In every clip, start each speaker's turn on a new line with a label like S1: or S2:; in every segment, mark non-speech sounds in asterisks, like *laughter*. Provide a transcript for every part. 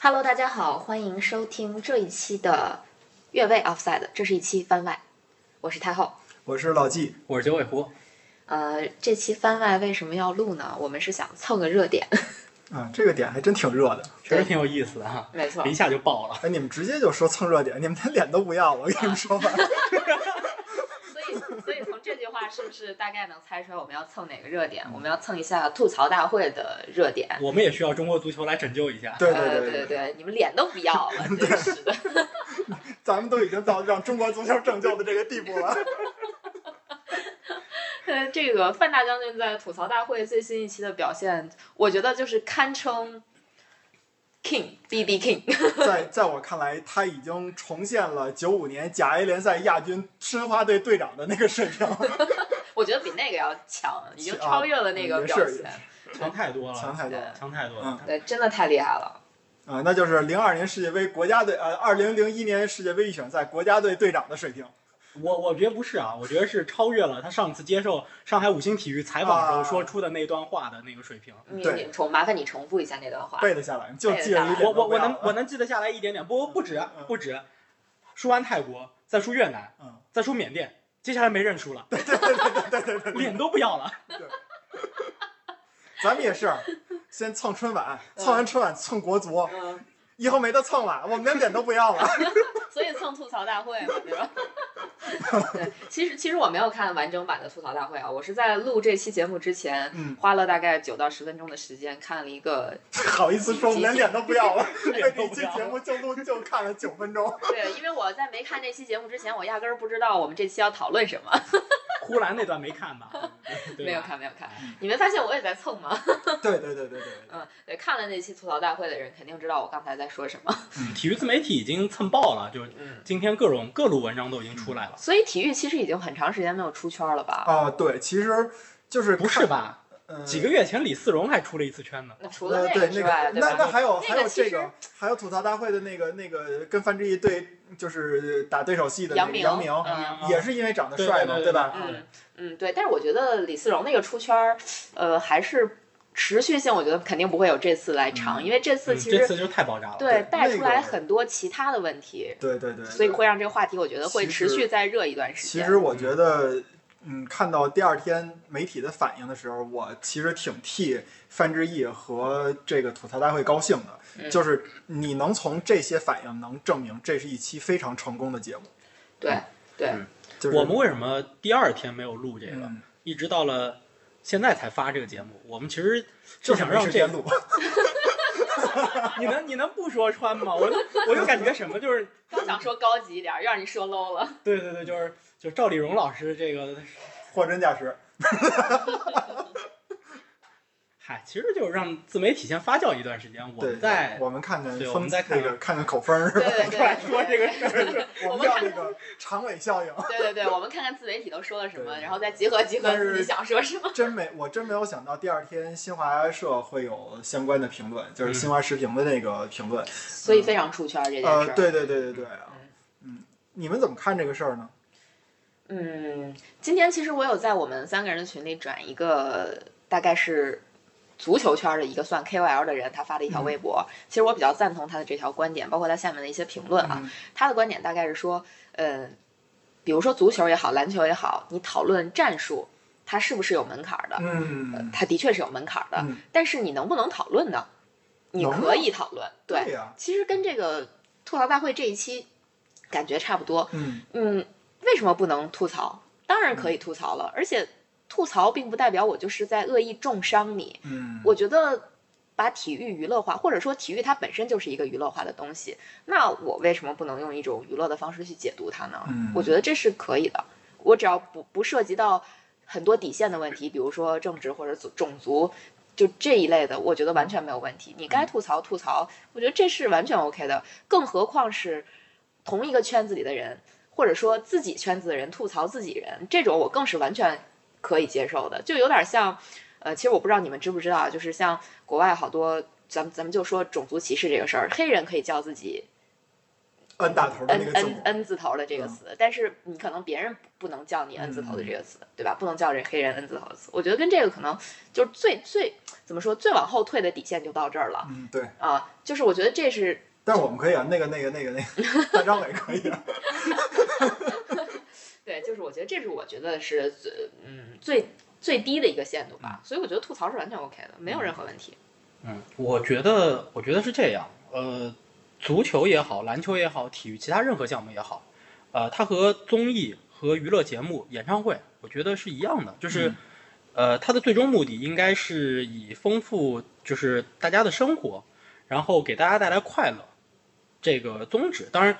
S1: Hello，大家好，欢迎收听这一期的越位 Offside，这是一期番外，我是太后。
S2: 我是老纪，
S3: 我是九尾狐，
S1: 呃，这期番外为什么要录呢？我们是想蹭个热点，
S2: 啊，这个点还真挺热的。
S3: 确实挺有意思的哈，
S1: 没错
S3: 一下就爆了。
S2: 哎，你们直接就说蹭热点，你们连脸都不要了，我跟你
S1: *laughs*
S2: 们说吧。
S1: 所以，所以从这句话是不是大概能猜出来我们要蹭哪个热点？我们要蹭一下吐槽大会的热点。
S3: 我们也需要中国足球来拯救一下。
S2: 对
S1: 呃，
S2: 对
S1: 对
S2: 对，
S1: 对，你们脸都不要 *laughs* 了，真是的。
S2: 咱们都已经到让中国足球拯救的这个地步
S1: *laughs*
S2: 了。
S1: 呃，这个范大将军在吐槽大会最新一期的表现，我觉得就是堪称 king B B king。
S2: 在在我看来，他已经重现了九五年甲 A 联赛亚军申花队队长的那个水
S1: *laughs*
S2: 平，
S1: 我觉得比那个要强，已经
S2: 啊
S1: 超越了那个
S2: 也
S1: 表
S2: 是
S1: 现。
S3: 强太多了，
S2: 强太多了。
S3: 强太多了。
S1: 对，真的太厉害了。
S2: 啊、那就是零二年世界杯国家队，呃，二零零一年世界杯预选赛国家队队长的水平。
S3: 我我觉得不是啊，我觉得是超越了他上次接受上海五星体育采访的时
S2: 啊
S3: 候
S2: 嗯
S3: 说出的那段话的那个水平。
S1: 你
S2: 对
S1: 你重麻烦你重复一下那段话。
S2: 背得下来，就
S1: 背得
S2: 记着
S1: 下
S2: 一
S1: 来
S2: 脸
S3: 我
S2: 都
S3: 我
S2: 不
S3: 我
S2: 要
S3: 能
S2: 了
S3: 我能记得下来一点点，不不止
S2: 嗯
S3: 不止，输完泰国，再输越南，
S2: 嗯，
S3: 再输缅甸，接下来没认输了， *laughs* 脸都不要了。
S2: 咱们也是，先蹭春晚，蹭完春晚蹭国足，
S1: 嗯，
S2: 以后没得蹭了，我们连脸都不 *laughs* 要了。
S1: 所以蹭吐槽大会嘛，对吧？ *laughs* 对，其实其实我没有看完整版的吐槽大会啊，我是在录这期节目之前，
S2: 嗯，
S1: 花了大概九到十分钟的时间看了一个
S2: 好意思说我们连脸都不要了，
S3: 脸
S2: 哎这
S3: 都
S2: 期
S3: 不要
S2: 节目就录就看了九分钟。
S1: 对，因为我在没看这期节目之前，我压根儿不知道我们这期要讨论什么，
S3: 呼兰那段没看吧？对吧
S2: 啊
S1: 没有。看，没有看
S3: 嗯。
S1: 你没发现我也在蹭吗？
S2: 对对对对对，
S1: 嗯，对，看了那期吐槽大会的人肯定知道我刚才在说什么。
S3: 体育自媒体已经蹭爆了，就是
S1: 嗯，
S3: 今天各种各路文章都已经出来了。
S1: 所以体育其实已经很长时间没有出圈了吧？
S2: 哦对，其实就是
S3: 不是吧？
S2: 嗯
S3: 几个月前李四荣还出了一次圈呢。
S1: 那除了
S2: 呃
S1: 那
S2: 对
S1: 个之外，
S2: 那
S1: 吧？
S2: 那还有
S1: 那个
S2: 还有
S1: 其
S2: 这
S1: 实
S2: 个还有吐槽大会的那个那个跟范志毅对就是打对手戏的那
S1: 杨
S2: 个
S1: 明
S2: 杨明，
S1: 嗯
S2: 也是因为长得帅嘛，
S3: 对对对
S2: 对吧？
S1: 嗯嗯，对，但是我觉得李思荣那个出圈儿，呃，还是持续性，我觉得肯定不会有这次来长，
S2: 嗯哦
S1: 因为这次
S3: 嗯
S1: 其
S3: 这
S1: 实、
S3: 次就太爆炸了。
S1: 对带
S2: 那
S1: 出
S2: 个
S1: 来很多其他的问题，
S2: 对对对，对
S1: 所以会让这个话题我觉得会
S2: 其
S1: 持
S2: 实
S1: 续再热一段时
S2: 其
S1: 间。
S2: 实我觉得，嗯，看到第二天媒体的反应的时候，我其实挺替范志毅和这个吐槽大会高兴的。
S1: 嗯
S2: 就是你能从这些反应能证明这是一期非常成功的节目。
S1: 对对、
S3: 嗯
S2: 就是
S3: 我们为什么第二天没有录这个，
S2: 嗯，
S3: 一直到了现在才发这个节目？我们其实
S2: 就
S3: 就是想
S2: 没
S3: 让
S2: 时
S3: 这
S2: 间录。
S3: 你能你能不说穿吗？我就我就感觉什么就是
S1: 刚想说高级一点儿，让你说 low
S2: *laughs*
S1: 了。
S3: 对对对，就是就赵丽蓉老师这个，
S2: 货真价实。
S3: 嗨，其实就是让自媒体先发酵一段时间，我
S2: 对，
S3: 们再
S2: 我们看看
S3: 对我
S2: 风
S3: 们再看
S2: 那个看看口
S1: *laughs*
S2: 风儿，
S1: 对对
S3: 出来说这
S1: 对
S3: 个事儿。
S2: 我们要那个长尾效应。
S1: 对对对，我们看看自媒体都说了什么，
S2: 对
S1: 然后再集合集合
S2: 但是嗯
S1: 自己想说什么。
S2: 真没，我真没有想到第二天新华社会有相关的评论，就是
S3: 嗯
S2: 新华时评的那个评论。
S1: 所以非常出圈儿这件事儿。
S2: 呃，对对对对对，嗯，你们怎么看这个事儿呢？
S1: 嗯，今天其实我有在我们三个人的群里转一个，大概是足球圈的一个算 KOL 的人，他发的一
S2: 嗯
S1: 条微博。其实我比较赞同他的这条观点，包括他下面的一些评论啊。
S2: 嗯
S1: 他的观点大概是说，呃，比如说足球也好，篮球也好，你讨论战术，它是不是有门槛儿的？呃
S2: 嗯，
S1: 它的确是有门槛儿的，
S2: 嗯
S1: 但是你能不能讨论呢？你
S2: 能啊
S1: 可以讨论，对。
S2: 呀，
S1: 其实跟这个吐槽大会这一期感觉差不多，
S2: 嗯，
S1: 嗯，为什么不能吐槽？当然可以吐槽了，而且吐槽并不代表我就是在恶意重伤你。
S2: 嗯，
S1: 我觉得把体育娱乐化，或者说体育它本身就是一个娱乐化的东西，那我为什么不能用一种娱乐的方式去解读它呢？
S2: 嗯
S1: 我觉得这是可以的，我只要不不涉及到很多底线的问题，比如说政治或者种种族。就这一类的，我觉得完全没有问题。你该吐槽吐槽，我觉得这是完全 OK 的。更何况是同一个圈子里的人，或者说自己圈子的人吐槽自己人，这种我更是完全可以接受的。就有点像，呃，其实我不知道你们知不知道啊，就是像国外好多，咱们咱们就说种族歧视这个事儿，黑人可以叫自己
S2: N 大头的那
S1: n
S2: 个字
S1: n
S2: 母，
S1: n 字头的这个
S2: 嗯
S1: 词，但是你可能别人不能叫你 n 字头的这个词，对吧？不能叫人黑人 n 字头的词。我觉得跟这个可能就是最最怎么说最往后退的底线就到这儿了
S2: 嗯，对。
S1: 啊。就是我觉得这是
S2: 但是我们可以啊，那个、那个、那个、那
S1: *laughs*
S2: 个，大张伟可以啊。
S1: 对，就是我觉得这是我觉得是最嗯最最低的一个限度
S2: 嗯
S1: 吧。所以我觉得吐槽是完全 OK 的，没有任何问题。
S3: 嗯，我觉得，我觉得是这样。呃，足球也好，篮球也好，体育其他任何项目也好，呃，它和综艺、和娱乐节目、演唱会，我觉得是一样的，就是，
S2: 嗯
S3: 呃，它的最终目的应该是以丰富就是大家的生活，然后给大家带来快乐，这个宗旨。当然，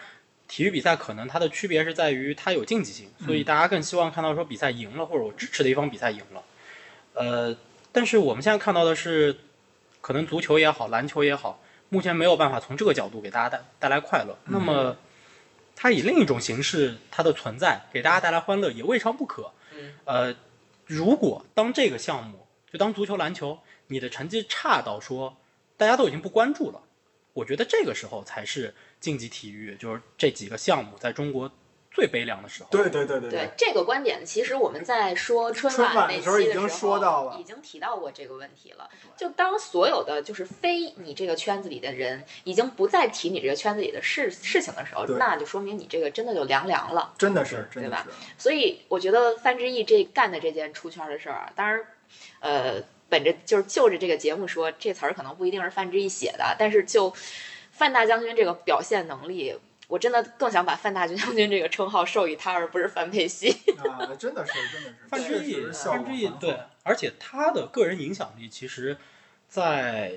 S3: 体育比赛可能它的区别是在于它有竞技性，所以大家更希望看到说比赛赢了，或者我支持的一方比赛赢了。呃，但是我们现在看到的是，可能足球也好，篮球也好，目前没有办法从这个角度给大家带带来快乐。那么，它以另一种形式它的存在，给大家带来欢乐，也未尝不可。
S1: 嗯
S3: 呃，如果当这个项目就当足球、篮球，你的成绩差到说大家都已经不关注了，我觉得这个时候才是竞技体育，就是这几个项目在中国最悲凉的时候。
S2: 对对对对
S1: 对，这个观点，其实我们在说春
S2: 春晚
S1: 那
S2: 的
S1: 期
S2: 时候已经说到了
S1: 已经提到过这个问题了。就当所有的就是非你这个圈子里的人已经不再提你这个圈子里的事事情的时候，
S2: 对
S1: 那就说明你这个真的就凉凉了。
S2: 真的是，
S1: 对
S2: 真的
S1: 吧
S2: 是。
S1: 所以我觉得范志毅这干的这件出圈的事儿啊，当然，呃，本着就是就着这个节目说，这词儿可能不一定是范志毅写的，但是就范大将军这个表现能力，我真的更想把范大将军这个称号授予他，而不是范佩西。
S2: 啊，真的是，真的是。
S3: *laughs* 范志
S2: 确
S3: 毅，
S2: 实效
S3: 范
S2: 果
S3: 志毅
S2: 很好
S3: 对，而且他的个人影响力，其实在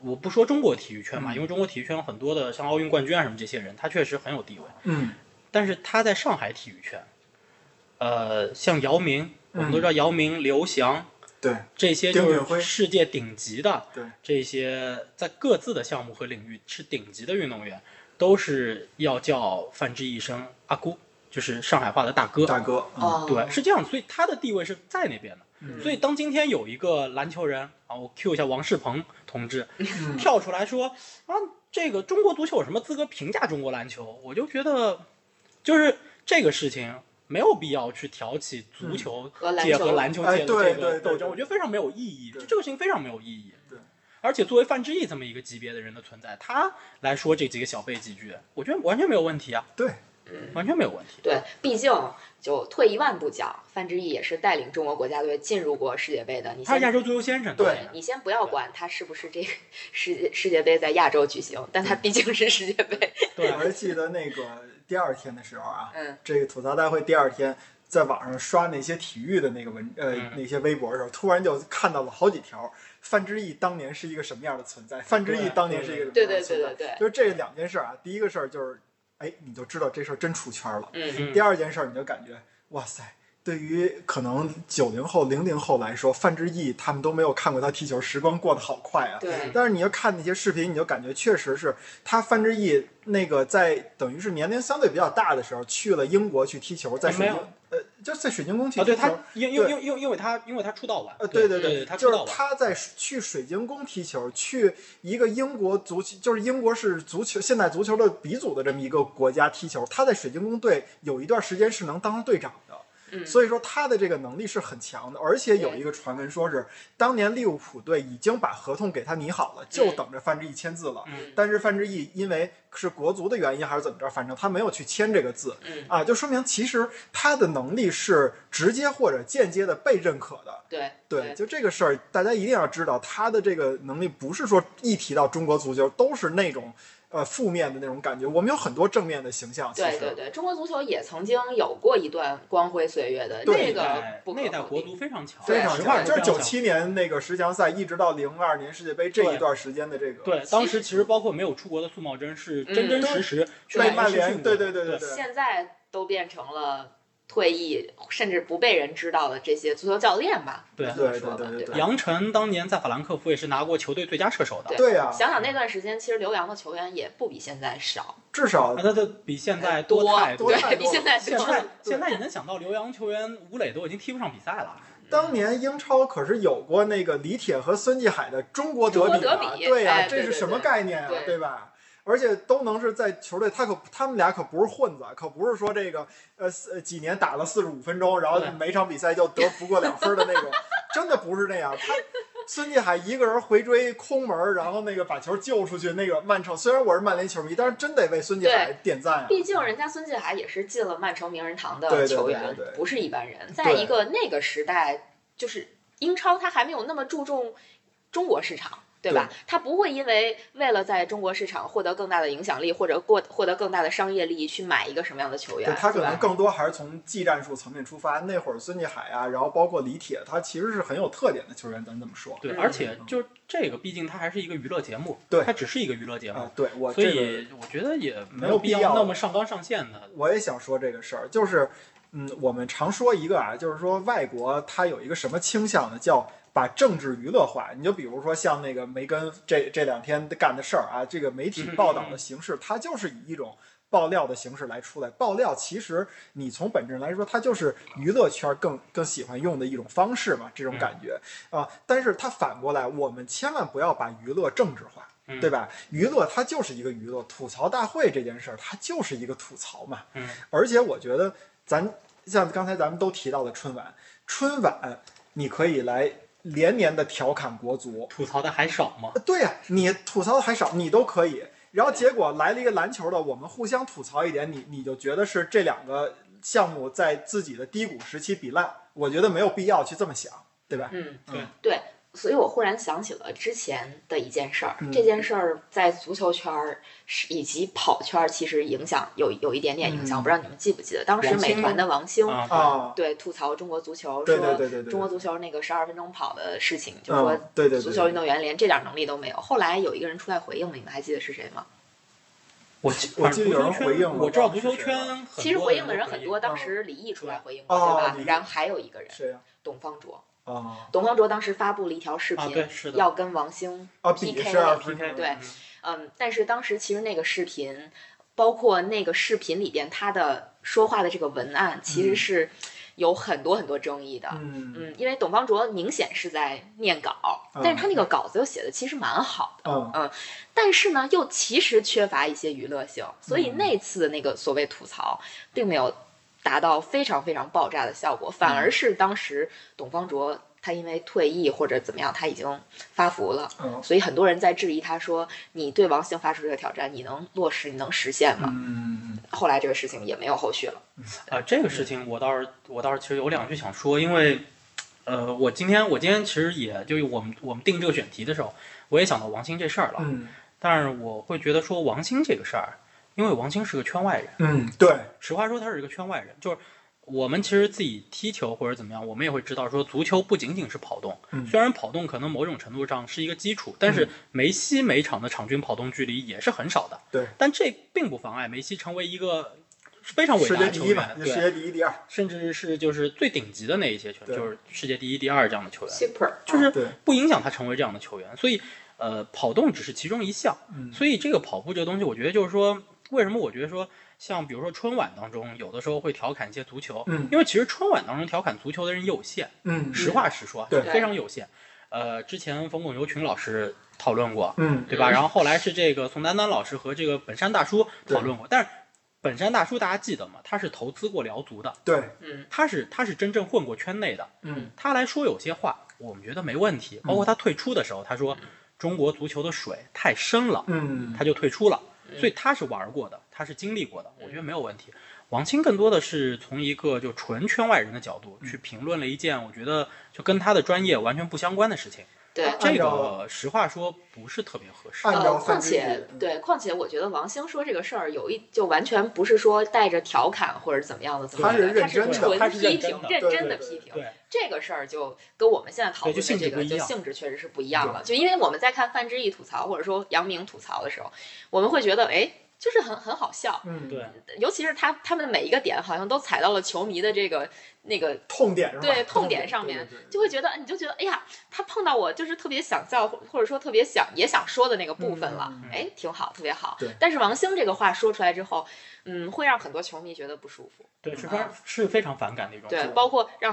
S3: 我不说中国体育圈嘛，
S2: 嗯
S3: 因为中国体育圈有很多的像奥运冠军啊什么这些人，他确实很有地位。
S2: 嗯，
S3: 但是他在上海体育圈，呃，像姚明，我们都知道姚明、刘翔，
S2: 对，
S3: 这些
S2: 嗯丁
S3: 就
S2: 俊晖
S3: 是世界顶级的，
S2: 对
S3: 这些在各自的项目和领域是顶级的运动员，都是要叫范志毅一声阿姑，就是上海话的大哥。
S2: 大哥，嗯
S1: 哦
S3: 对，是这样，所以他的地位是在那边的。所以当今天有一个篮球人啊，我 Q 一下王仕鹏同志，
S2: 嗯
S1: *laughs*
S3: 跳出来说啊，这个中国足球有什么资格评价中国篮球？我就觉得，就是这个事情没有必要去挑起足球
S1: 和篮
S3: 界和
S1: 球
S3: 篮球界的
S2: 哎对
S3: 这
S2: 对
S3: 个
S2: 对
S3: 斗
S2: 对
S3: 争，我觉得非常没有意义。
S2: 对
S3: 就这个事情非常没有意义。
S2: 对。
S3: 而且作为范志毅这么一个级别的人的存在，他来说这几个小辈几句，我觉得完全没有问题啊，
S2: 对，
S3: 完全没有问题。
S1: 对，毕竟就退一万步讲，范志毅也是带领中国国家队进入过世界杯的。你
S3: 他是亚
S1: 先
S3: 洲足球先生，
S2: 对
S1: 你先不要管他是不是这个世界世界杯在亚洲举行，但他毕竟是世界杯。
S3: 对
S2: 我还记得那个第二天的时候啊，
S1: 嗯，
S2: 这个吐槽大会第二天，在网上刷那些体育的那个文呃
S3: 嗯
S2: 那些微博的时候，突然就看到了好几条范志毅当年是一个什么样的存在，范志毅
S3: 对
S2: 当年是一个什么
S1: 对
S2: 样的
S1: 对
S2: 存
S1: 对
S2: 在，
S1: 对对，
S2: 就是这两件事儿啊。第一个事儿就是，哎，你就知道这事儿真出圈了。
S1: 嗯。
S3: 嗯
S2: 第二件事儿，你就感觉哇塞，对于可能九零后、零零后来说，范志毅他们都没有看过他踢球，时光过得好快啊。
S1: 对
S2: 但是你要看那些视频，你就感觉确实是他范志毅那个在等于是年龄相对比较大的时候去了英国去踢球，在
S3: 哎
S2: 水
S3: 没
S2: 晶
S3: 有
S2: 呃就在水晶宫踢球。
S3: 啊，对他，因因
S2: 对
S3: 因因因为他因为他出道晚，
S2: 呃，
S3: 对
S2: 对
S3: 对，他出
S2: 就是
S3: 道晚，
S2: 他在去水晶宫踢球，去一个英国足球，就是英国是足球现代足球的鼻祖的这么一个国家踢球，他在水晶宫队有一段时间是能当上队长的。
S1: 嗯
S2: 所以说他的这个能力是很强的，而且有一个传闻说是当年利物浦队已经把合同给他拟好了，就等着范志毅签字了。
S3: 嗯
S2: 但是范志毅因为是国足的原因还是怎么着，反正他没有去签这个字。
S1: 嗯
S2: 啊，就说明其实他的能力是直接或者间接的被认可的，
S1: 对
S2: 对，，就这个事儿，大家一定要知道，他的这个能力不是说一提到中国足球都是那种呃负面的那种感觉。我们有很多正面的形象，其
S1: 对
S2: 实
S1: 对对，中国足球也曾经有过一段光辉岁月的，
S2: 对
S1: 这
S3: 那一
S1: 个
S3: 代
S1: 不可
S3: 那一代
S1: 否
S3: 国
S1: 定
S3: 足非常强，
S2: 非常
S1: 对
S3: 实
S1: 强
S3: 话
S2: 强。
S1: 是
S2: 就是
S3: 非常
S2: 九
S3: 强
S2: 七年那个十强赛，一直到零二年世界杯这一段时间的这个，
S3: 对，当时其实包括没有出国的苏茂贞是
S1: 嗯
S3: 真真实实去
S2: 被
S3: 曼
S2: 曼
S3: 联
S2: 联，
S3: 训
S2: 对
S3: 过
S2: 对对对对，
S1: 现在都变成了退役甚至不被人知道的这些足球教练吧？
S3: 对
S1: 这么
S2: 对
S1: 说吧，
S2: 对对对
S1: 吧？
S3: 杨晨当年在法兰克福也是拿过球队最佳射手的，
S2: 对呀、啊
S1: 想想那段时间，其实留洋的球员也不比现在少，
S2: 至少
S3: 那他比现在
S1: 哎多
S3: 太
S2: 哎多太
S1: 对比
S2: 多
S1: 现在
S3: 现
S1: 多
S3: 在
S1: 了。
S3: 现在你能想到留洋球员吴磊都已经踢不上比赛了，
S1: 嗯
S2: 当年英超可是有过那个李铁和孙继海的中国德比,、啊
S1: 中国德比
S2: 对呀、
S1: 哎
S2: 这
S1: 对
S2: 是
S1: 对
S2: 什么
S1: 对
S2: 概念啊，
S1: 对
S2: 吧？而且都能是在球队，他可他们俩可不是混子，可不是说这个呃四几年打了四十五分钟，然后
S3: 对
S2: 每场比赛就得不过两分的那种，真的不是那样。他孙继海一个人回追空门，然后那个把球救出去，那个曼城虽然我是曼联球迷，但是真得为孙继海点赞啊。
S1: 毕竟人家孙继海也是进了曼城名人堂
S2: 对
S1: 的
S2: 对
S1: 球
S2: 对
S1: 员，
S2: 对对
S1: 不是一般人。在一个那个时代，就是英超他还没有那么注重中国市场。对吧？他不会因为为了在中国市场获得更大的影响力，或者获获得更大的商业利益，去买一个什么样的球员？
S2: 对他可
S1: 对吧啊
S2: 能更多还是从技战术层面出发。那会儿孙继海啊，然后包括李铁，他其实是很有特点的球员，咱这么说。
S3: 对，
S1: 嗯
S3: 而且就这个，毕竟它还是一个娱乐节目，
S2: 对
S3: 它只是一个娱乐节目，
S2: 啊，对我
S3: 所
S2: 这个
S3: 以我觉得也
S2: 没
S3: 没
S2: 有
S3: 有
S2: 必
S3: 必
S2: 要
S3: 要那么上纲上线的。
S2: 我也想说这个事儿，就是，嗯，我们常说一个啊，就是说外国它有一个什么倾向呢？叫把政治娱乐化。你就比如说像那个梅根这这两天干的事儿啊，这个媒体报道的形式，它就是以一种爆料的形式来出来。爆料其实你从本质上来说，它就是娱乐圈更更喜欢用的一种方式嘛，这种感觉啊、但是它反过来，我们千万不要把娱乐政治化。
S3: 嗯
S2: 对吧？娱乐它就是一个娱乐，吐槽大会这件事儿它就是一个吐槽嘛。
S3: 嗯，
S2: 而且我觉得咱像刚才咱们都提到的春晚，春晚你可以来连年的调侃国足，
S3: 吐槽的还少吗？
S2: 呃对呀、你吐槽的还少，你都可以。然后结果来了一个篮球的，我们互相吐槽一点，你你就觉得是这两个项目在自己的低谷时期比烂，我觉得没有必要去这么想，对吧？
S1: 嗯，
S3: 对
S1: 对，所以我忽然想起了之前的一件事儿，
S2: 嗯
S1: 这件事儿在足球圈儿是以及跑圈儿其实影响有有一点点影响，
S2: 嗯
S1: 不知道你们记不记得，当时
S3: 王兴
S1: 美团的王兴。
S3: 啊，
S2: 啊，
S1: 对，吐槽中国足球，
S2: 对对对对对
S1: 说
S2: 对
S1: 嗯中国足球那个十二分钟跑的事情，就说
S2: 嗯，对对
S1: 足
S2: 对
S1: 球运
S2: 对，
S1: 动员连这点能力都没有。后来有一个人出来回应了，你们还记得是谁吗？
S3: 我记
S2: 我
S3: 反
S2: 记
S3: 正
S2: 得有人
S3: 足球圈
S2: 回应了
S3: 我知道
S2: 吧
S3: 足球
S2: 是
S3: 圈
S2: 谁
S3: 很
S1: 其实
S3: 多
S1: 回
S3: 人
S1: 应的
S3: 都
S1: 人
S3: 回
S1: 很
S3: 应
S1: 多，当
S2: 嗯
S1: 时李毅出来回应
S2: 哦
S1: 过，对吧
S2: 李毅？
S1: 然后还有一个人，
S2: 谁呀？
S1: 董方卓。
S2: 啊
S1: 董方卓当时发布了一条视频，
S3: 啊对是的
S1: 要跟王兴
S2: 啊，比
S1: PK
S2: 是二分
S3: PK
S2: 钟
S1: 对嗯，但是当时其实那个视频，包括那个视频里边他的说话的这个文案，其实是有很多很多争议的。
S2: 嗯
S1: 嗯，因为董方卓明显是在念稿，但是他那个稿子又写的其实蛮好的，
S2: 嗯
S1: 但是呢，又其实缺乏一些娱乐性，所以
S2: 嗯
S1: 那次的那个所谓吐槽，并没有达到非常非常爆炸的效果，
S2: 嗯
S1: 反而是当时董方卓他因为退役或者怎么样，他已经发福了，
S2: 嗯
S1: 所以很多人在质疑他说：“你对王兴发出这个挑战，你能落实，你能实现吗
S2: 嗯，？”
S1: 后来这个事情也没有后续了。
S3: 啊，这个事情我倒是我倒是其实有两句想说，因为，呃，我今天我今天其实也就是我们我们定这个选题的时候，我也想到王兴这事儿了，
S2: 嗯
S3: 但是我会觉得说王兴这个事儿，因为王兴是个圈外人，
S2: 嗯，对，
S3: 实话说他是一个圈外人，就是我们其实自己踢球或者怎么样，我们也会知道说足球不仅仅是跑动，
S2: 嗯
S3: 虽然跑动可能某种程度上是一个基础，但是梅西每场的场均跑动距离也是很少的，
S2: 对，
S3: 但这并不妨碍梅西成为一个。非常伟
S2: 世
S3: 大
S2: 界
S3: 的
S2: 第
S3: 球
S2: 一嘛
S3: 员，，
S2: 世
S3: 对。
S2: 界第一、第二，
S3: 甚至是就是最顶级的那一些球员，
S2: 对
S3: 就是世界第一、第二这样的球员，
S1: Super
S3: 就是
S2: 对，
S3: 不影响他成为这样的球员。所以，呃，跑动只是其中一项。
S2: 嗯
S3: 所以这个跑步这个东西，我觉得就是说，为什么我觉得说，像比如说春晚当中，有的时候会调侃一些足球，
S2: 嗯
S3: 因为其实春晚当中调侃足球的人有限，
S2: 嗯
S3: 实话实说，
S1: 啊
S2: 对
S3: 就非常有限。呃，之前冯巩、牛群老师讨论过，
S2: 嗯
S3: 对吧？
S1: 嗯
S3: 然后后来是这个宋丹丹老师和这个本山大叔
S2: 对
S3: 讨论过，但是本山大叔大家记得吗？他是投资过辽足的。
S2: 对，
S1: 嗯，
S3: 他是他是真正混过圈内的，
S2: 嗯
S3: 他来说有些话，我们觉得没问题。包括他退出的时候，他说中国足球的水太深了，
S2: 嗯
S3: 他就退出了。
S1: 嗯
S3: 所以他是玩过的，他是经历过的，我觉得没有问题。王清更多的是从一个就纯圈外人的角度去评论了一件我觉得就跟他的专业完全不相关的事情。
S1: 对。
S2: 按
S3: 这
S2: 照
S3: 个实话说不是特别合适。
S2: 按照
S1: 呃，
S2: 范
S1: 况
S2: 志
S1: 且
S2: 毅
S1: 对，况且我觉得王兴说这个事儿有一就完全不是说带着调侃或者怎么样的，怎么
S2: 他是
S1: 样的，他
S2: 认真的
S3: 他
S1: 纯
S3: 是
S1: 批
S3: 认真
S1: 评，
S3: 的
S1: 认
S2: 对
S1: 真的
S2: 对
S1: 批
S2: 对
S1: 评。
S3: 对，
S1: 这个事儿就跟我们现在讨论
S3: 对就
S1: 的
S3: 性质
S1: 这个
S3: 不一
S1: 就
S3: 样
S1: 性质确实是不一样了。就因为我们在看范志毅吐槽或者说杨明吐槽的时候，我们会觉得哎，就是很很好笑，
S2: 嗯
S3: 对，
S1: 尤其是他他们每一个点好像都踩到了球迷的这个那个
S2: 痛点是吧？
S1: 对
S2: 痛
S1: 痛点上面
S2: 对对，对
S1: 就会觉得你就觉得哎呀，他碰到我就是特别想笑或或者说特别想也想说的那个部分了
S2: 嗯嗯，
S1: 哎，挺好，特别好
S2: 对。
S1: 但是王兴这个话说出来之后，嗯，会让很多球迷觉得不舒服。
S3: 对是非常是非常反感的一种做
S1: 对，
S3: 法。
S1: 包括让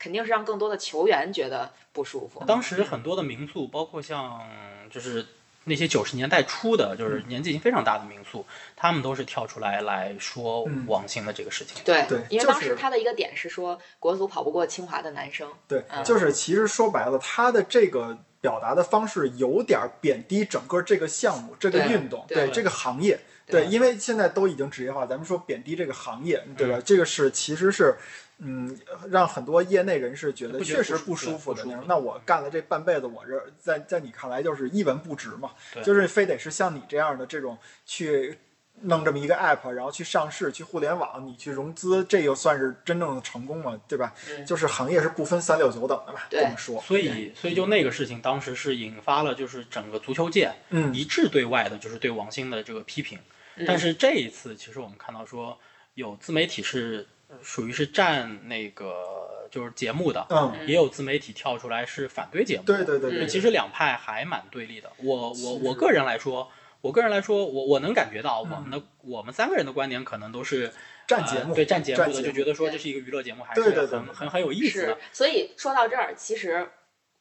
S1: 肯定是让更多的球员觉得不舒服。
S3: 当时很多的民宿，包括像就是那些九十年代初的，就是年纪已经非常大的民宿，他们都是跳出来来说
S2: 嗯
S3: 网性的这个事情。
S1: 对
S2: 对
S1: 因为
S2: 就
S1: 当时
S2: 是
S1: 他的一个点是说国足跑不过清华的男生，
S2: 对
S1: 嗯，
S2: 就是其实说白了，他的这个表达的方式有点贬低整个这个项目、这个
S1: 对
S2: 运动、
S1: 对
S2: 这个行业。
S1: 对
S2: 对，因为现在都已经职业化，咱们说贬低这个行业，对吧？
S3: 嗯
S2: 这个是其实是，嗯，让很多业内人士觉得
S3: 不觉
S2: 确
S3: 得
S2: 实
S3: 不
S2: 不
S3: 舒
S2: 舒服
S3: 服对
S2: 的
S3: 不
S2: 那种
S3: 舒服。
S2: 那我干了这半辈子，我这在在你看来就是一文不值嘛
S3: 对，
S2: 就是非得是像你这样的这种去。弄这么一个 app，然后去上市，去互联网，你去融资，这又算是真正的成功嘛，对吧？
S1: 嗯
S2: 就是行业是不分三六九等的吧？
S1: 对
S2: 这么说，
S3: 所以，所以就那个事情，当时是引发了就是整个足球界
S2: 嗯，
S3: 一致对外的，就是对王兴的这个批评。
S1: 嗯
S3: 但是这一次，其实我们看到说，有自媒体是属于是占那个就是节目的，
S2: 嗯，
S3: 也有自媒体跳出来是反对节目。
S2: 对对对
S1: 嗯
S2: 对，
S3: 其实两派还蛮对立的。我我
S2: 是
S3: 我个人来说，我个人来说，我我能感觉到我们的、我们三个人的观点可能都是
S2: 站节目，
S3: 呃对站节目
S2: 站
S3: 的，
S2: 节
S3: 就
S2: 目
S3: 觉得说
S1: 对
S3: 这是一个娱乐节目，还是很
S2: 对对对对
S3: 很很有意思
S1: 是
S3: 的。，
S1: 所以说到这儿，其实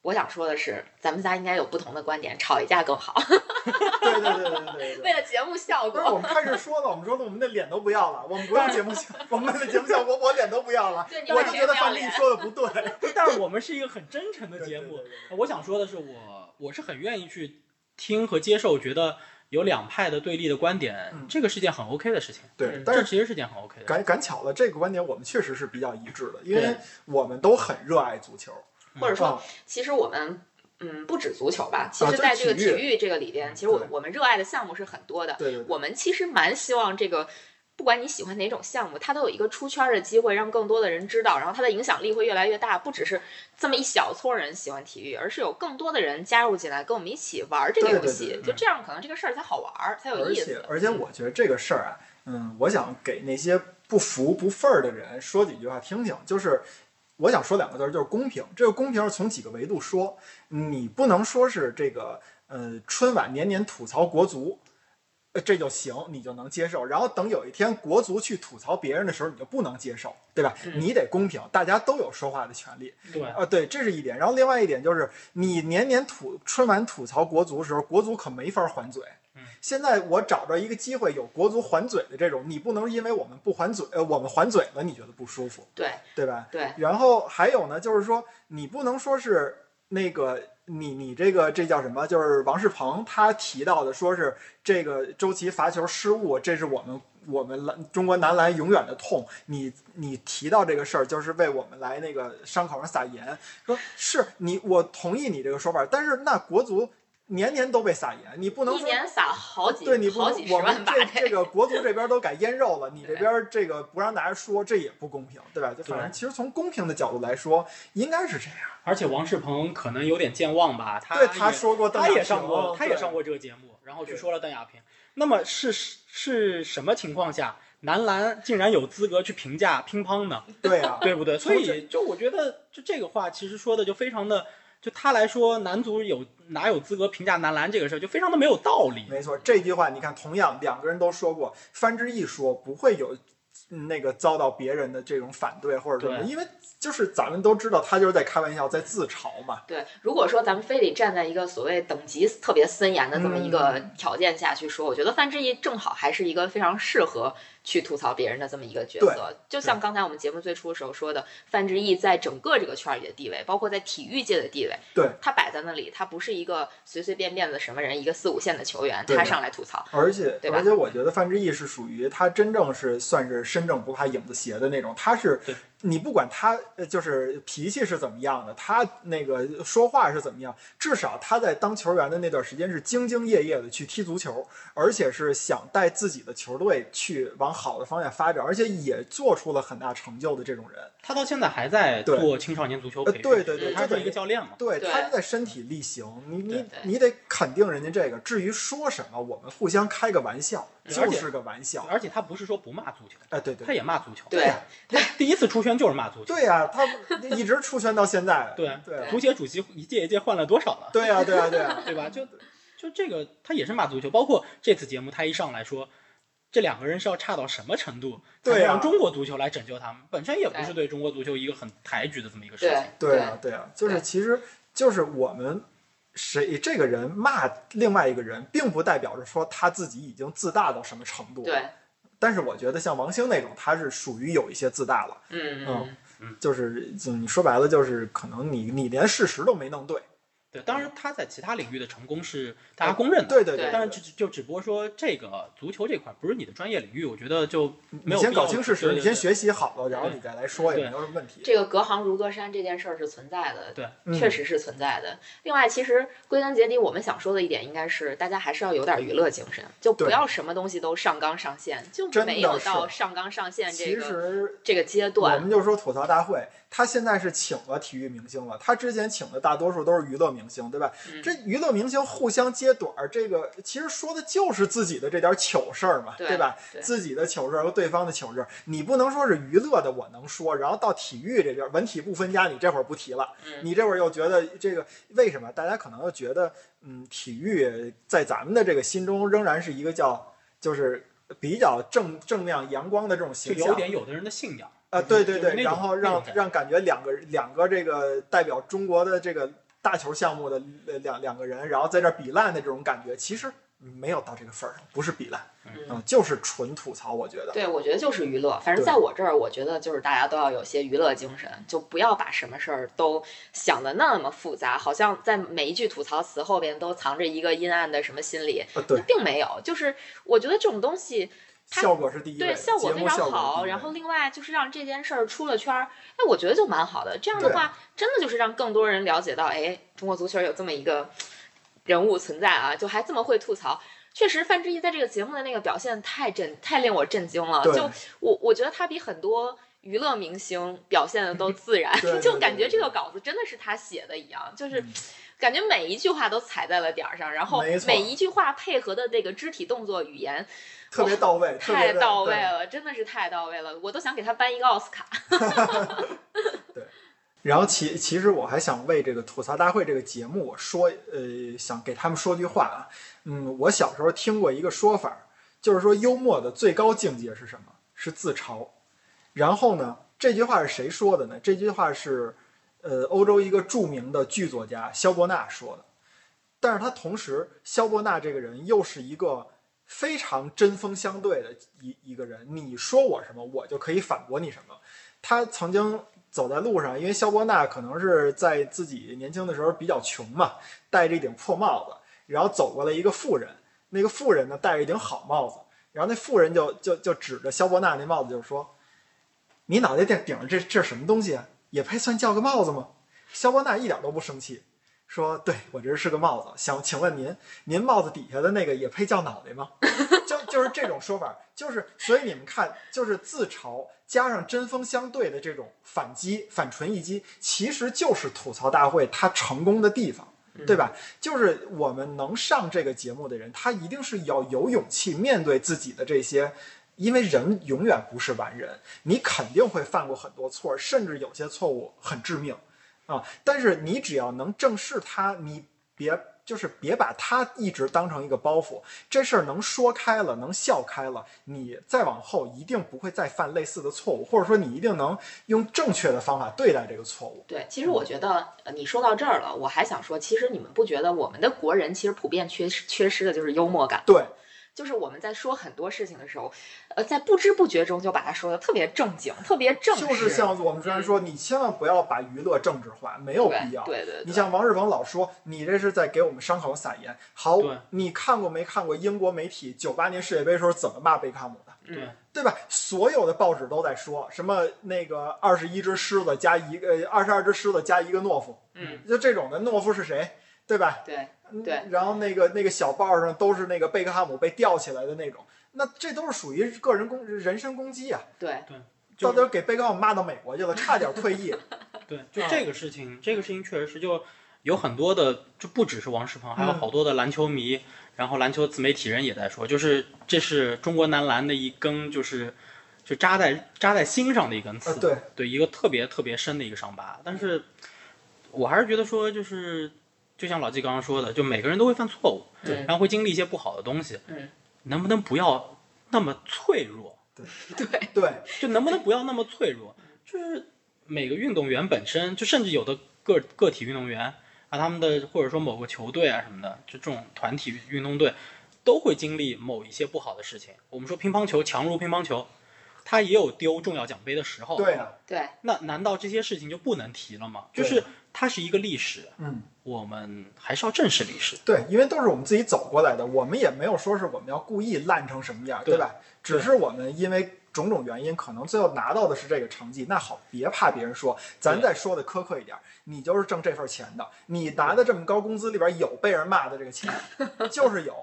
S1: 我想说的是，咱们仨应该有不同的观点，吵一架更好，
S2: 对对对
S1: *laughs*
S2: 对对对
S1: 为
S2: 对。
S1: 了节目效
S2: 不是，我
S1: 果。
S2: 们开始说了，我们说了，我们的脸都不要了，我们不用节目
S1: *laughs*
S2: 效，我们的节目效果，我脸都不要了
S1: 对你，
S2: 我
S1: 把
S2: 就
S1: 谁
S2: 觉得
S1: 不要
S2: 范丽
S1: 脸
S2: 说的不对。
S3: 但是我们是一个很真诚的 *laughs* 节目
S2: 对对对。
S3: 我想说的是我，我是很愿意去听和接受，觉得有两派的对立的观点，
S2: 嗯
S3: 这个是件很 OK 的事情。
S2: 对
S1: 嗯，
S2: 但
S3: 这
S2: 是
S3: 其实是件很 OK 的。
S2: 赶赶巧了，这个观点我们确实是比较一致的，因为
S3: 对
S2: 我们都很热爱足球。
S1: 或者说
S2: 啊，
S1: 其实我们嗯不止足球吧，其
S2: 啊
S1: 实
S2: 就
S1: 在
S2: 是
S1: 这个体
S2: 体育
S1: 育这个里边，其实我
S2: 对
S1: 我们热爱的项目是很多的。
S2: 对对对，
S1: 我们其实蛮希望这个。不管你喜欢哪种项目，它都有一个出圈的机会，让更多的人知道，然后它的影响力会越来越大。不只是这么一小撮人喜欢体育，而是有更多的人加入进来，跟我们一起玩儿这个
S2: 对
S1: 游
S2: 对
S1: 戏。
S2: 对嗯
S1: 就这样，可能这个事儿才好玩儿，才有
S2: 而
S1: 意
S2: 且
S1: 思。
S2: 而且我觉得这个事儿啊，嗯，我想给那些不服不忿儿的人说几句话听听，就是。我想说两个字儿，就是公平。这个公平是从几个维度说，你不能说是这个呃春晚年年吐槽国足，呃这就行，你就能接受。然后等有一天国足去吐槽别人的时候，你就不能接受，对吧？
S1: 嗯
S2: 你得公平，大家都有说话的权利。
S3: 对，
S2: 啊，对，这是一点。然后另外一点就是，你年年吐春晚吐槽国足的时候，国足可没法还嘴
S3: 嗯。
S2: 现在我找着一个机会，有国足还嘴的这种，你不能因为我们不还嘴，呃，我们还嘴了，你觉得不舒服，
S1: 对
S2: 对吧？
S1: 对，
S2: 然后还有呢，就是说你不能说是那个你你这个这叫什么？就是王世鹏他提到的，说是这个周琦罚球失误，这是我们我们篮中国男篮永远的痛。你你提到这个事儿，就是为我们来那个伤口上撒盐。说是你，我同意你这个说法，但是那国足年年都被撒盐，你不能
S1: 一
S2: 说啊
S1: 年撒好几
S2: 对你不
S1: 好
S2: 能
S1: 几，十
S2: 我
S1: 万
S2: 们
S1: 吧，
S2: 这这个国足这边都改腌肉了，你
S1: 对
S2: 这边这个不让大家说，这也不公平，对吧？就反正其实从公平的角度来说，应该是这样。
S3: 而且王世鹏可能有点健忘吧，他
S2: 对，
S3: 他
S2: 他说过邓亚
S3: 他
S2: 萍，
S3: 也上过，他也上
S2: 过。
S3: 过这个节目，然后去
S2: 对
S3: 说了邓亚萍。那么是是什么情况下，男篮竟然有资格去评价乒乓呢？
S2: 对啊，
S3: 对不
S2: *laughs*
S3: 对？所
S2: 从这
S3: 以就我觉得，就这个话其实说的就非常的，就他来说，男足有哪有资格评价男篮这个事儿，就非常的没有道理。
S2: 没错，这句话你看，同样两个人都说过，范志毅说不会有嗯那个遭到别人的这种反对或者什么，
S3: 对
S2: 因为就是咱们都知道他就是在开玩笑，在自嘲嘛。
S1: 对，如果说咱们非得站在一个所谓等级特别森严的这么一个
S2: 嗯
S1: 条件下去说，我觉得范志毅正好还是一个非常适合去吐槽别人的这么一个角色。就像刚才我们节目最初的时候说的，范志毅在整个这个圈里的地位，包括在体育界的地位，
S2: 对，
S1: 他摆在那里，他不是一个随随便便的什么人，一个四五线的球员，
S2: 对
S1: 他
S2: 的
S1: 上来吐槽。
S2: 而且
S1: 对吧
S2: 而且，我觉得范志毅是属于他真正是算是身正不怕影子斜的那种，他是
S3: 对
S2: 你不管他呃就是脾气是怎么样的，他那个说话是怎么样，至少他在当球员的那段时间是兢兢业业的去踢足球，而且是想带自己的球队去往好的方向发展，而且也做出了很大成就的这种人。
S3: 他到现在还在
S2: 对
S3: 做青少年足球培训，
S2: 呃对对对
S3: 他
S2: 这
S3: 是
S2: 个
S3: 一个教练嘛。
S2: 对，
S1: 对
S2: 他是在身体力行，你
S3: 对
S2: 你
S1: 对
S2: 你得肯定人家这个。至于说什么，我们互相开个玩笑，
S3: 对而
S2: 就
S3: 且
S2: 是个玩笑。
S3: 而且他不是说不骂足球，
S2: 哎，对对
S3: 他。也骂足球。
S1: 对
S2: 呀
S3: 他第一次出圈就是骂足球。。
S2: 对呀、他一直出圈到现在
S3: 对
S2: 对啊
S3: 足协主席一届一届换了多少了，
S2: 对呀、啊对呀、对呀、
S3: 对吧？就就这个他也是骂足球，包括这次节目他一上来说。这两个人是要差到什么程度，才能
S2: 对啊
S3: 让中国足球来拯救他们？本身也不是对
S2: 啊
S3: 中国足球一个很抬举的这么一个事
S1: 对
S3: 情。
S2: 对呀、对呀、就是其实就是我们谁这个人骂另外一个人，并不代表着说他自己已经自大到什么程度。
S1: 对，
S2: 但是我觉得像王兴那种，他是属于有一些自大了，
S1: 嗯
S2: 嗯
S1: 嗯，
S2: 就是就你说白了，就是可能你你连事实都没弄对。
S3: 对，当然他在其他领域的成功是大家公认的，
S2: 呃对对
S1: 对
S3: 但是只就只不过说这个足球这块不是你的专业领域，我觉得就没
S2: 你
S3: 有
S2: 先
S3: 必要
S2: 搞清事
S3: 对
S2: 实，
S3: 对
S2: 你
S3: 对
S2: 先学习好了，然后你再来说也没有什么问题。
S1: 这个隔行如隔山这件事儿是存在的，
S3: 对
S2: 嗯
S1: 确实是存在的。另外，其实归根结底，我们想说的一点应该是，大家还是要有点娱乐精神，就不
S2: 对
S1: 要什么东西都上纲上线，就
S2: 真的
S1: 没有
S2: 是
S1: 到上纲上线这
S2: 嗯其
S1: 个
S2: 实
S1: 这个阶
S2: 我
S1: 段。
S2: 们就说吐槽大会，他现在是请了体育明星了，他之前请的大多数都是娱乐明星，对吧？
S1: 嗯
S2: 这娱乐明星互相揭短儿，这个其实说的就是自己的这点糗事儿嘛，
S1: 对
S2: 吧？
S1: 对
S2: 自己的糗事儿和对方的糗事儿，你不能说是娱乐的我能说，然后到体育这边文体不分家，你这会儿不提了，
S1: 嗯
S2: 你这会儿又觉得这个为什么？大家可能又觉得，嗯，体育在咱们的这个心中仍然是一个叫就是。比较正正亮阳光的这种
S3: 就
S2: 形象
S3: 有，点有的人的
S2: *laughs*
S3: 信仰
S2: 啊，
S3: 就
S2: 对
S3: 是
S2: 对
S3: 就是那
S2: 对，
S3: 种
S2: 然后
S3: 那
S2: 让
S3: 种感觉
S2: 让感觉两个两个这个代表中国的这个大球项目的呃两两个人，然后在这儿比烂的这种感觉，其实没有到这个份儿上，不是比烂，
S1: 嗯
S2: 嗯，就是纯吐槽，我觉得。
S1: 对，我觉得就是娱乐。反正
S2: 对
S1: 在我这儿，我觉得就是大家都要有些娱乐精神，就不要把什么事儿都想的那么复杂，好像在每一句吐槽词后边都藏着一个阴暗的什么心理，
S2: 呃，对，
S1: 并没有。就是我觉得这种东西，它
S2: 效果是第一位
S1: 对
S2: 的，
S1: 效果
S2: 节
S1: 非
S2: 目
S1: 常
S2: 效是第
S1: 好，
S2: 一
S1: 然
S2: 位
S1: 后另外就是让这件事儿出了圈儿，哎，我觉得就蛮好的。这样的
S2: 对
S1: 话，真的就是让更多人了解到，哎，中国足球有这么一个人物存在啊，就还这么会吐槽。确实，范志毅在这个节目的那个表现太震，太令我震惊了。
S2: 对
S1: 就我，我觉得他比很多娱乐明星表现的都自然，
S2: *laughs* 对
S1: *laughs*
S2: 对
S1: 就
S2: 对
S1: 感觉
S2: 对
S1: 这个
S2: 对
S1: 稿子真的是他写的一样，就是
S2: 嗯
S1: 感觉每一句话都踩在了点儿上，然后
S2: 没错
S1: 每一句话配合的那个肢体动作、语言，
S2: 特别到
S1: *laughs*
S2: 位，特别
S1: 太
S2: 的
S1: 到位
S2: 对
S1: 了，真的是太到位了，我都想给他颁一个奥斯卡。
S2: 然后其其实我还想为这个吐槽大会这个节目我说，呃，想给他们说句话啊。嗯，我小时候听过一个说法，就是说幽默的最高境界是什么？是自嘲。然后呢，这句话是谁说的呢？这句话是，呃，欧洲一个著名的剧作家萧伯纳说的。但是他同时，萧伯纳这个人又是一个非常针锋相对的一一个人。你说我什么，我就可以反驳你什么。他曾经走在路上，因为萧伯纳可能是在自己年轻的时候比较穷嘛，戴着一顶破帽子，然后走过来一个富人，那个富人呢戴着一顶好帽子，然后那富人就就就指着萧伯纳那帽子就说：“你脑袋顶顶着这这是什么东西啊？也配算叫个帽子吗？”萧伯纳一点都不生气，说：“对我这是个帽子，想请问您，您帽子底下的那个也配叫脑袋吗？”就就是这种说法，就是所以你们看，就是自嘲加上针锋相对的这种反击、反唇一击，其实就是吐槽大会它成功的地方，对吧？就是我们能上这个节目的人，他一定是要有勇气面对自己的这些。因为人永远不是完人，你肯定会犯过很多错儿，甚至有些错误很致命。啊，但是你只要能正视它，你别就是别把它一直当成一个包袱，这事儿能说开了，能笑开了，你再往后一定不会再犯类似的错误，或者说你一定能用正确的方法对待这个错误。
S1: 对，其实我觉得呃你说到这儿了，我还想说，其实你们不觉得我们的国人其实普遍缺失缺失的就是幽默感，
S2: 对，
S1: 就是我们在说很多事情的时候，呃，在不知不觉中就把它说的特别正经，特别正式，嗯
S2: 就是像我们之前说，你千万不要把娱乐政治化，没有
S1: 对
S2: 必要。
S1: 对对，对
S2: 你像王志鹏老说，你这是在给我们伤口撒盐。好
S3: 对，
S2: 你看过没看过英国媒体九八年世界杯时候怎么骂贝克汉姆的？
S1: 嗯
S3: 对
S2: 对吧？所有的报纸都在说什么那个二十一只狮子加一个呃二十二只狮子加一个懦夫，
S1: 嗯，
S2: 就这种的懦夫是谁？对吧？
S1: 对，
S2: 嗯
S1: 对
S2: 然后那个那个小报上都是那个贝克汉姆被吊起来的那种，那这都是属于个人攻人身攻击啊！
S1: 对，
S3: 就
S2: 到
S3: 是
S2: 底给贝克汉姆骂到美国去了，差点退役。
S3: 对，就
S2: 啊
S3: 这个事情，这个事情确实是就有很多的，就不只是王仕鹏，还有
S2: 嗯
S3: 好多的篮球迷，然后篮球自媒体人也在说，就是这是中国男篮的一根，就是就扎在扎在心上的一根刺，
S2: 呃，对，嗯
S3: 对，一个特别特别深的一个伤疤。但是我还是觉得说，就是就像老纪刚刚说的，就每个人都会犯错误，
S1: 嗯
S3: 然后会经历一些不好的东西，
S1: 嗯，
S3: 能不能不要那么脆弱？
S2: 对，
S3: 就能不能不要那么脆弱？就是每个运动员本身，就甚至有的个个体运动员，啊，他们的或者说某个球队啊什么的，就这种团体运动队，都会经历某一些不好的事情。我们说乒乓球强如乒乓球，它也有丢重要奖杯的时候。
S2: 对啊，
S1: 对，
S3: 那难道这些事情就不能提了吗？就
S2: 对
S3: 是它是一个历史，
S2: 嗯，
S3: 我们还是要正视历史。
S2: 对，因为都是我们自己走过来的，我们也没有说是我们要故意烂成什么样，
S3: 对
S2: 吧？只是我们因为种种原因，可能最后拿到的是这个成绩。那好，别怕别人说，咱
S3: 对
S2: 再说的苛刻一点，你就是挣这份钱的，你拿的这么高工资里边有被人骂的这个
S3: *laughs*
S2: 钱，就是有。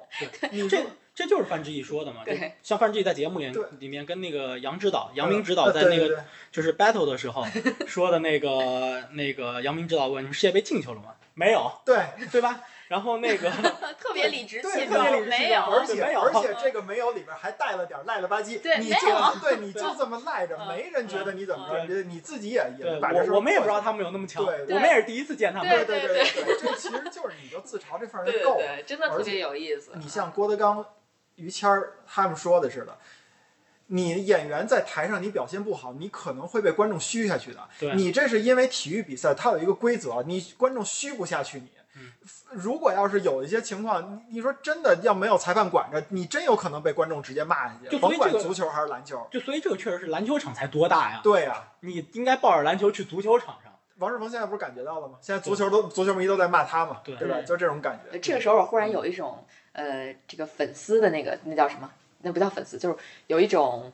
S2: 你
S3: 这这就是范志毅说的嘛，
S1: 对
S3: 就像范志毅在节目里
S2: 对
S3: 里面跟那个杨指导、杨明指导
S2: 呃
S3: 在
S2: 对
S3: 那
S2: 对
S3: 个
S2: 对
S3: 就是 battle 的时候说的那个那个杨明指导问你们世界杯进球了吗？没有，
S2: 对
S3: 对吧？然后那个
S1: 特别理直
S2: 对
S1: 气
S2: 特别
S1: 壮
S2: 理，直
S1: 没
S2: 气壮而
S1: 有，
S2: 且
S3: 没有
S2: 而且这个没有里边还带了点赖了吧
S1: *laughs*
S2: 唧，
S1: 对
S2: 你
S1: 没
S2: 就
S1: 有
S2: 对你就
S1: 对
S2: 这么赖着，
S1: *laughs* 嗯
S2: 没人觉得你怎么
S3: 嗯
S2: 着，你你自己也也
S3: 对
S2: 把这事儿
S3: 我我们也不知
S2: 过去
S3: 道他们有那么强，
S2: 对
S3: 我
S2: 对
S3: 们也是第一次见他们。
S2: 对
S1: 对
S2: 对
S1: 对
S2: 对， *laughs* 这其实就是你就自嘲这份儿
S1: 对
S2: 就
S1: 对
S2: 够了。
S1: 对，真的特别有意思。
S2: 你像郭德纲、于谦儿他们说的似的，你演员在台上你表现不好，你可能会被观众虚下去的。
S3: 对
S2: 你这是因为体育比赛它有一个规则，你观众虚不下去你。
S3: 嗯
S2: 如果要是有一些情况，你你说真的要没有裁判管着，你真有可能被观众直接骂下去，
S3: 就所以
S2: 甭管
S3: 这个
S2: 足球还是篮球。
S3: 就所以这个确实是篮球场才多大呀，
S2: 对呀、
S3: 你应该抱着篮球去足球场上。
S2: 王志鹏现在不是感觉到了吗？现在足球都足球迷都在骂他嘛，
S3: 对
S2: 对吧？就这种感
S1: 呃
S2: 觉。
S1: 这个时候，我忽然有一种呃，这个粉丝的那个那叫什么？那不叫粉丝，就是有一种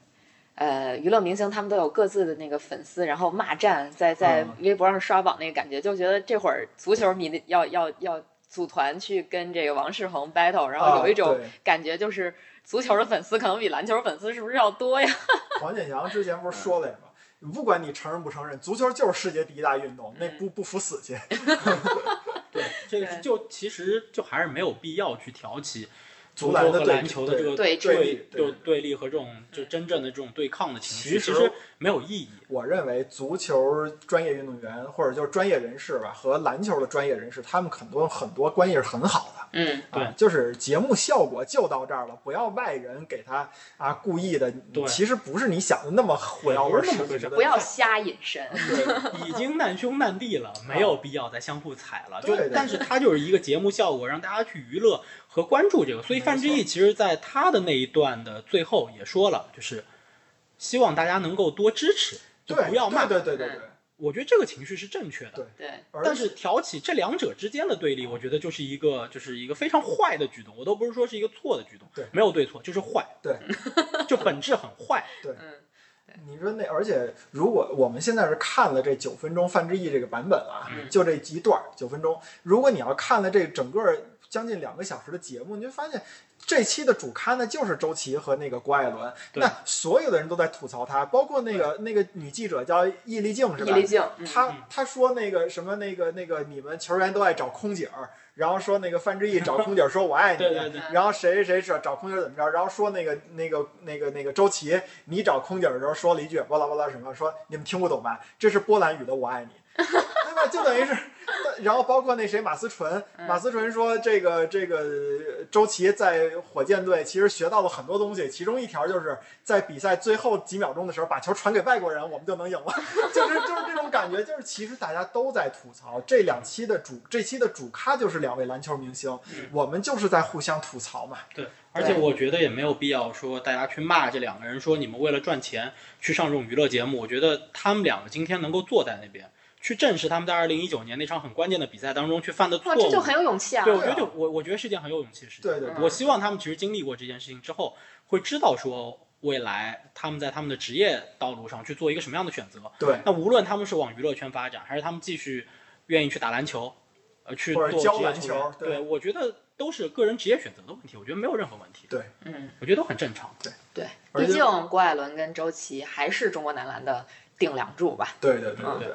S1: 呃，娱乐明星他们都有各自的那个粉丝，然后骂战，在在
S2: 嗯
S1: 微博上刷榜那个感觉，就觉得这会儿足球迷的要要要组团去跟这个王世恒 battle，然后有一
S2: 啊
S1: 种
S2: 对
S1: 感觉就是足球的粉丝可能比篮球粉丝是不是要多呀？
S2: 黄健翔之前不是
S3: 嗯
S2: 说了吗？不管你承认不承认，足球就是世界第一大运动，那
S1: 嗯
S2: 不不服死去。
S3: 对，这个
S1: 对
S3: 就其实就还是没有必要去挑起
S2: 足
S3: 足
S2: 篮
S3: 球
S2: 的
S3: 和
S2: 对
S3: 篮球的这个
S1: 对
S2: 对立对
S3: 就对立和这种就真正的这种对抗的情
S2: 其
S3: 绪，
S2: 实
S3: 其实没有意义。
S2: 我认为足球专业运动员或者就是专业人士吧，和篮球的专业人士，他们很多很多关系是很好的。
S1: 嗯，
S2: 啊，就是节目效果就到这儿了，不要外人给他啊故意的。
S3: 对
S2: 其实不是你想的那么火药味儿
S3: 不是那么
S2: 十足的
S1: 不要瞎引申。
S3: *laughs* 已经难兄难弟了，没有必要再相互踩了。
S2: 啊对
S3: 就
S2: 对对
S3: 但是它就是一个节目效果，让大家去娱乐和关注这个。所以范志毅其实在他的那一段的最后也说了，就是希望大家能够多支持，就
S2: 对，
S3: 不要骂。
S2: 对对对对对。
S3: 我觉得这个情绪是正确
S2: 对
S3: 的。
S1: 对，
S2: 而
S3: 但是挑起这两者之间的对立，我觉得就是一个就是一个非常坏的举动。我都不是说是一个错的举动，
S2: 对
S3: 没有对错，就是坏，
S2: 对，
S3: *laughs* 就本质很坏。
S1: 嗯，
S2: 你说那，而且如果我们现在是看了这九分钟范志毅这个版本啊，
S3: 嗯
S2: 就这一段九分钟，如果你要看了这整个将近两个小时的节目，你就发现这期的主咖呢就是周琦和那个郭艾伦，
S3: 对
S2: 那所有的人都在吐槽他，包括那个那个女记者叫易立静是
S1: 易
S2: 吧？
S1: 立竞，嗯
S2: 她
S3: 嗯
S2: 她说那个什么那个那个你们球员都爱找空姐儿，然后说那个范志毅找空姐儿说我爱你，
S3: 对对对
S2: 然后谁谁谁找找空姐儿怎么着，然后说那个那个那个那个周琦，你找空姐儿的时候说了一句巴拉巴拉什么，说你们听不懂吧？这是波兰语的我爱你， *laughs* 对吧？就等于是， *laughs* 然后包括那谁马思纯，
S1: 嗯
S2: 马思纯说这个这个呃周琦在火箭队其实学到了很多东西，其中一条就是在比赛最后几秒钟的时候把球传给外国人，我们就能赢了， *laughs* 就是就是这种感觉，就是其实大家都在吐槽这两期的主这期的主咖就是两位篮球明星，我们就是在互相吐槽嘛，
S3: 对，而且我觉得也没有必要说大家去骂这两个人，说你们为了赚钱去上这种娱乐节目。我觉得他们两个今天能够坐在那边，去正视他们在二零一九年那场很关键的比赛当中去犯的错
S1: 哇，
S3: 误。
S1: 这就很有勇气啊
S3: 对，！我觉得就我我觉得是件很有勇气的事情。
S2: 对对
S1: 对
S3: 我希望他们其实经历过这件事情之后，会知道说未来他们在他们的职业道路上去做一个什么样的选择。
S2: 对，
S3: 那无论他们是往娱乐圈发展，还是他们继续愿意去打篮球，呃，去
S2: 或
S3: 做
S2: 者
S3: 职业
S2: 教篮
S3: 球员
S2: 球对
S3: 对我觉得都是个人职业选择的问题，我觉得没有任何问题。
S1: 嗯。
S3: 我觉得都很正常。
S1: 对，
S2: 而
S1: 毕
S2: 且
S1: 竟郭艾伦跟周琦还是中国男篮的顶梁柱吧。
S2: 对对对
S1: 嗯
S2: 对，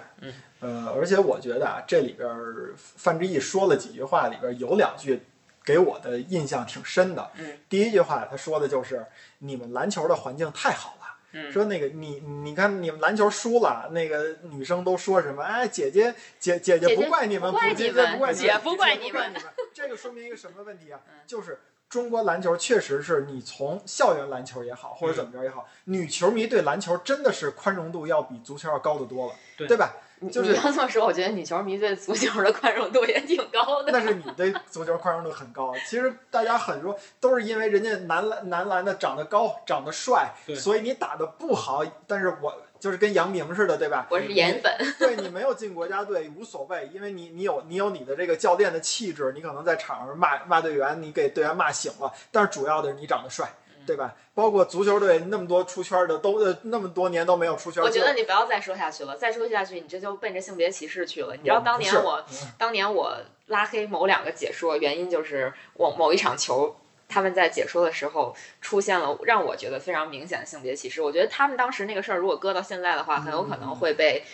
S1: 嗯，
S2: 呃，而且我觉得啊，这里边儿范志毅说了几句话，里边儿有两句给我的印象挺深的。
S1: 嗯，
S2: 第一句话他说的就是你们篮球的环境太好了。
S1: 嗯
S2: 说那个你你看你们篮球输了，那个女生都说什么？哎，姐姐姐姐
S1: 姐姐
S2: 不怪你们，
S1: 不怪
S2: 不
S1: 你
S2: 怪
S1: 们
S2: 不怪
S1: 姐不怪
S2: 你
S1: 你
S2: 们
S1: 们
S2: 姐不怪你们。这个说明一个什么问题啊
S1: 嗯？
S2: 就是中国篮球确实是你从校园篮球也好，或者怎么着也好，女球迷对篮球真的是宽容度要比足球要高得多了，
S3: 对
S2: 对吧？
S1: 你
S2: 就是
S1: 你要这么说，我觉得女球迷对足球的宽容度也挺高的。
S2: 但是你对足球宽容度很高。啊其实大家很多都是因为人家男篮男篮的长得高，长得帅，
S3: 对
S2: 所以你打的不好，但是我就是跟杨明似的，对吧？
S1: 我是颜粉，
S2: *laughs* 对你没有进国家队无所谓，因为你你有你有你的这个教练的气质，你可能在场上骂骂队员，你给队员骂醒了，但是主要的是你长得帅。对吧？包括足球队那么多出圈的，都呃那么多年都没有出圈。
S1: 我觉得你不要再说下去了，再说下去你这就奔着性别歧视去了。你知道当年
S2: 是
S1: 我
S2: 嗯
S1: 当年我拉黑某两个解说，原因就是我某一场球。他们在解说的时候出现了让我觉得非常明显的性别歧视。我觉得他们当时那个事儿，如果搁到现在的话，很有可能
S2: 嗯
S1: 会被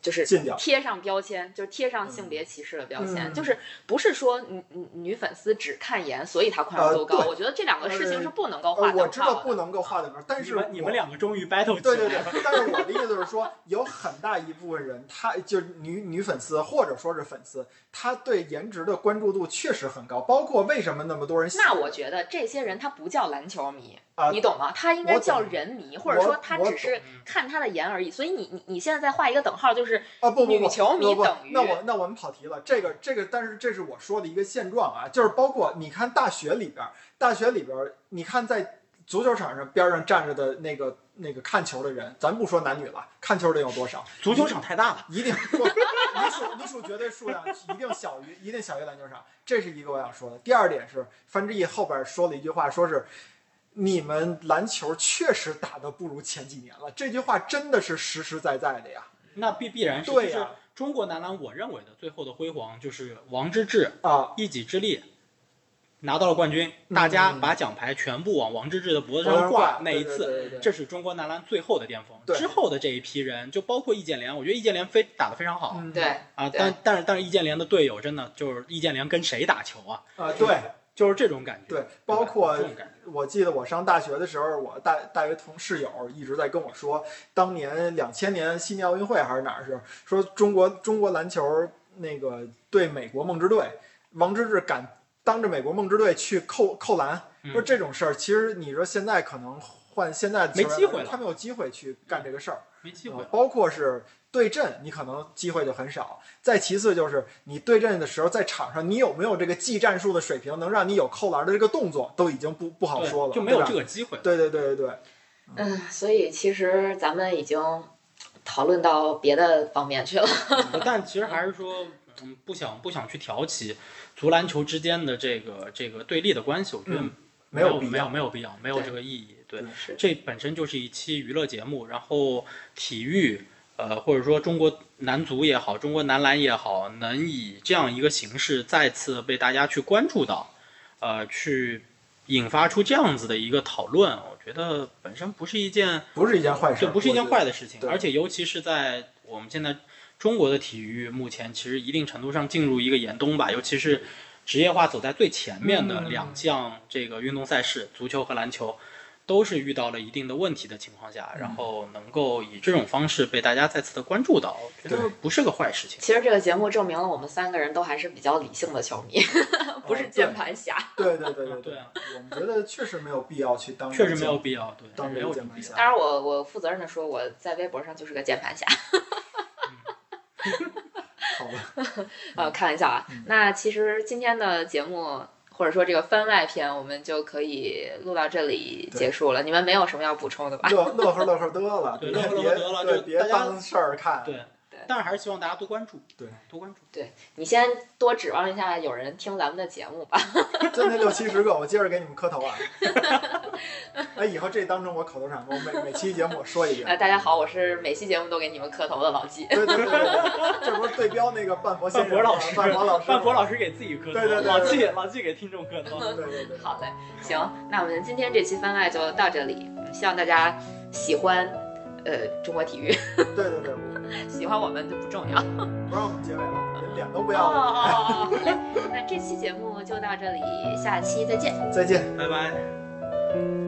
S1: 就是
S2: 禁掉
S1: 贴上标签，就是贴上性别歧视的标签。
S2: 嗯
S1: 就是不是说女女女粉丝只看颜，所以她宽容度高。
S2: 呃对
S1: 我觉得这两个事情是不能够画
S2: 呃，
S1: 等号的。
S2: 我知道不能够画等号，但
S3: 你
S2: 是
S3: 们你
S2: 我
S3: 们两个终于 battle 起来
S2: 对
S3: 了。
S2: 对对，但是我的意思是说，有很大一部分人，他就是女女粉丝或者说是粉丝，他对颜值的关注度确实很高。包括为什么那么多人喜
S1: 那我觉得这些人他不叫篮球迷，
S2: 啊
S1: 你懂吗？他应该
S2: 我懂
S1: 叫人迷，或者
S2: 我
S1: 说他
S2: 我
S1: 只
S2: 懂
S1: 是看他的颜而已。所以你你你现在在画一个等号，就是
S2: 啊不不不，
S1: 女球迷
S2: 不不
S1: 等于
S2: 那我那我们跑题了。这个这个，但是这是我说的一个现状啊，就是包括你看大学里边儿，大学里边儿，你看在足球场上边上站着的那个那个看球的人，咱不说男女了，看球的有多少？
S3: 足球场太大了，
S2: 一定，不你数你数绝对数量一定小于一定小于篮球场，这是一个我想说的。第二点是范志毅后边说了一句话，说是你们篮球确实打得不如前几年了，这句话真的是实实在在的呀。
S3: 那必必然是。
S2: 对
S3: 就是
S2: 呀
S3: 中国男篮，我认为的最后的辉煌就是王治郅
S2: 啊，
S3: 一己之力拿到了冠军，
S2: 嗯
S3: 大家把奖牌全部往王治郅的脖子
S2: 挂
S3: 上挂那一次，啊
S2: 对对对对
S3: 这是中国男篮最后的巅峰。
S2: 对
S3: 之后的这一批人，就包括易建联，我觉得易建联非打得非常好、
S2: 嗯
S1: 对
S3: 啊，
S1: 对
S3: 但但是但是易建联的队友真的就是易建联跟谁打球啊，
S2: 啊，对
S3: 就是这种感觉。
S2: 对，
S3: 吧
S2: 包括
S3: 这种感觉。
S2: 我记得我上大学的时候，我大大学同室友一直在跟我说，当年两千年悉尼奥运会还是哪儿是说中国中国篮球那个对美国梦之队，王治郅敢当着美国梦之队去扣扣篮，
S3: 嗯
S2: 说这种事儿，其实你说现在可能换现在的球员
S3: 没机会了
S2: 他没有机会去干这个事儿。
S3: 没机
S2: 啊
S3: 会，
S2: 包括是对阵，你可能机会就很少。再其次就是你对阵的时候，在场上你有没有这个技战术的水平，能让你有扣篮的这个动作，都已经不不好
S3: 对
S2: 说了，
S3: 就没有
S2: 对吧
S3: 这个机会。
S2: 对对对对对，
S1: 嗯，所以其实咱们已经讨论到别的方面去了。
S3: 但其实还是说，嗯，不想不想去挑起足篮球之间的这个这个对立的关系，我觉得
S2: 嗯
S3: 没
S2: 有必
S3: 没有
S2: 要。
S3: 没有必要，没有
S1: 对
S3: 这个意义。对，
S2: 嗯
S1: 是
S3: 这本身就是一期娱乐节目，然后体育，呃，或者说中国男足也好，中国男篮也好，能以这样一个形式再次被大家去关注到，呃，去引发出这样子的一个讨论，我觉得本身不是一件
S2: 不是一件坏事，
S3: 这不是一件坏的事情，
S2: 对
S3: 而且尤其是在我们现在中国的体育目前其实一定程度上进入一个严冬吧，尤其是职业化走在最前面的
S2: 嗯
S3: 两项这个运动赛事，足球和篮球，都是遇到了一定的问题的情况下，然后能够以这种方式被大家再次的关注到，我觉得
S2: 对
S3: 不是个坏事情。
S1: 其实这个节目证明了我们三个人都还是比较理性的球迷，
S2: 我觉得
S1: *laughs* 不是键盘侠。
S2: 嗯对对对对
S3: 对
S2: 对
S3: 啊，
S2: 我们觉得确实没有必要去当，
S3: 确实没有，必要，对，
S2: 当
S3: 没
S2: 然
S3: 有
S2: 有
S3: 这
S2: 键
S3: 个
S2: 盘
S3: 必要
S2: 侠。
S1: 当然我，我负责任的说，我在微博上就是个键盘侠。
S2: 嗯好
S1: *laughs*
S2: 吧？嗯
S1: 呃，开玩笑啊。那其实今天的节目或者说这个番外篇，我们就可以录到这里结束了。你们没有什么要补充的吧？
S2: 乐乐呵乐呵得了，
S3: 对
S2: 别
S3: 乐呵乐呵得
S2: 别对
S3: 了就
S2: 别
S3: 大家
S2: 当事儿看，
S3: 对
S1: 对，
S3: 但是还是希望大家多关注，
S2: 对，
S3: 多关注。
S1: 你先多指望一下有人听咱们的节目吧。
S2: 就那六七十个，我接着给你们磕头啊！哎，以后这当中我口头禅，我每每期节目我说一
S1: 呃，
S2: 遍。
S1: 大家好，我是每期节目都给你们磕头的老纪。
S2: 对对对对对，这不是对标那个半佛先
S3: 范
S2: 生
S3: 博
S2: 吗
S3: 老师，
S2: 半佛老师，
S3: 范博老师给自己磕头，
S2: 对对对
S3: 老
S2: 对
S3: 纪
S2: 对
S3: 老纪给听众磕头。
S2: 对对对，
S1: 好嘞，行，那我们今天这期番外就到这里，嗯希望大家喜欢，呃，中国体育， *laughs*
S2: 对对对，
S1: 喜欢我们就不重要。
S2: 不让我们结尾了，脸都不
S1: 哦
S2: 要了，
S1: 哦哦，哦好嘞那这期节目就到这里，下期再见。
S2: 再见。
S3: 拜拜。